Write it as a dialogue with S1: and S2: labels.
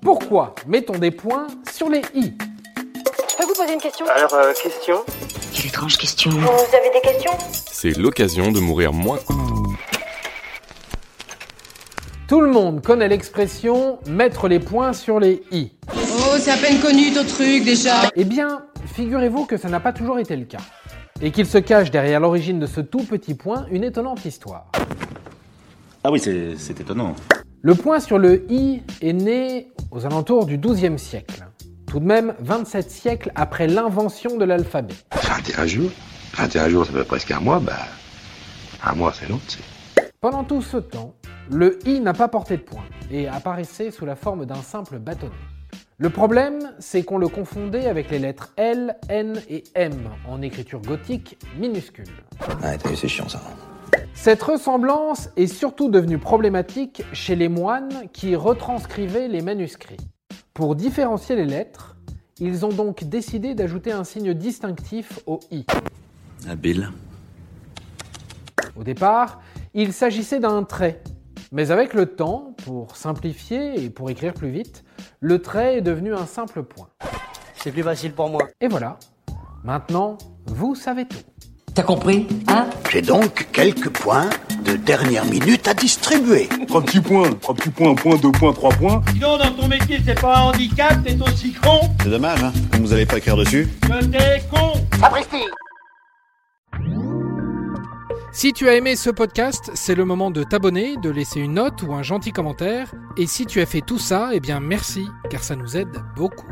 S1: Pourquoi mettons des points sur les i
S2: Je peux vous poser une question
S3: Alors, euh, question
S4: Quelle étrange question.
S2: Vous avez des questions
S5: C'est l'occasion de mourir moins.
S1: Tout le monde connaît l'expression mettre les points sur les i.
S6: Oh, c'est à peine connu ton truc déjà.
S1: Eh bien, figurez-vous que ça n'a pas toujours été le cas. Et qu'il se cache derrière l'origine de ce tout petit point une étonnante histoire.
S7: Ah oui, c'est c'est étonnant.
S1: Le point sur le i est né aux alentours du XIIe siècle. Tout de même 27 siècles après l'invention de l'alphabet.
S8: 21 jours 21 jours, ça fait presque un mois, bah. Un mois, c'est long, tu sais.
S1: Pendant tout ce temps, le i n'a pas porté de point et apparaissait sous la forme d'un simple bâtonnet. Le problème, c'est qu'on le confondait avec les lettres L, N et M en écriture gothique minuscule.
S9: Ouais, t'as vu, c'est chiant ça.
S1: Cette ressemblance est surtout devenue problématique chez les moines qui retranscrivaient les manuscrits. Pour différencier les lettres, ils ont donc décidé d'ajouter un signe distinctif au i.
S7: Habile.
S1: Au départ, il s'agissait d'un trait. Mais avec le temps, pour simplifier et pour écrire plus vite, le trait est devenu un simple point.
S3: C'est plus facile pour moi.
S1: Et voilà, maintenant, vous savez tout.
S4: T'as compris Hein
S10: J'ai donc quelques points de dernière minute à distribuer.
S11: Trois petits points, trois petits points, un point, deux points, trois points.
S12: Sinon, dans ton métier, c'est pas un handicap, t'es aussi con
S7: C'est dommage, hein Vous n'allez pas écrire dessus
S12: que t'es con
S10: Sapristi
S1: Si tu as aimé ce podcast, c'est le moment de t'abonner, de laisser une note ou un gentil commentaire. Et si tu as fait tout ça, eh bien merci, car ça nous aide beaucoup.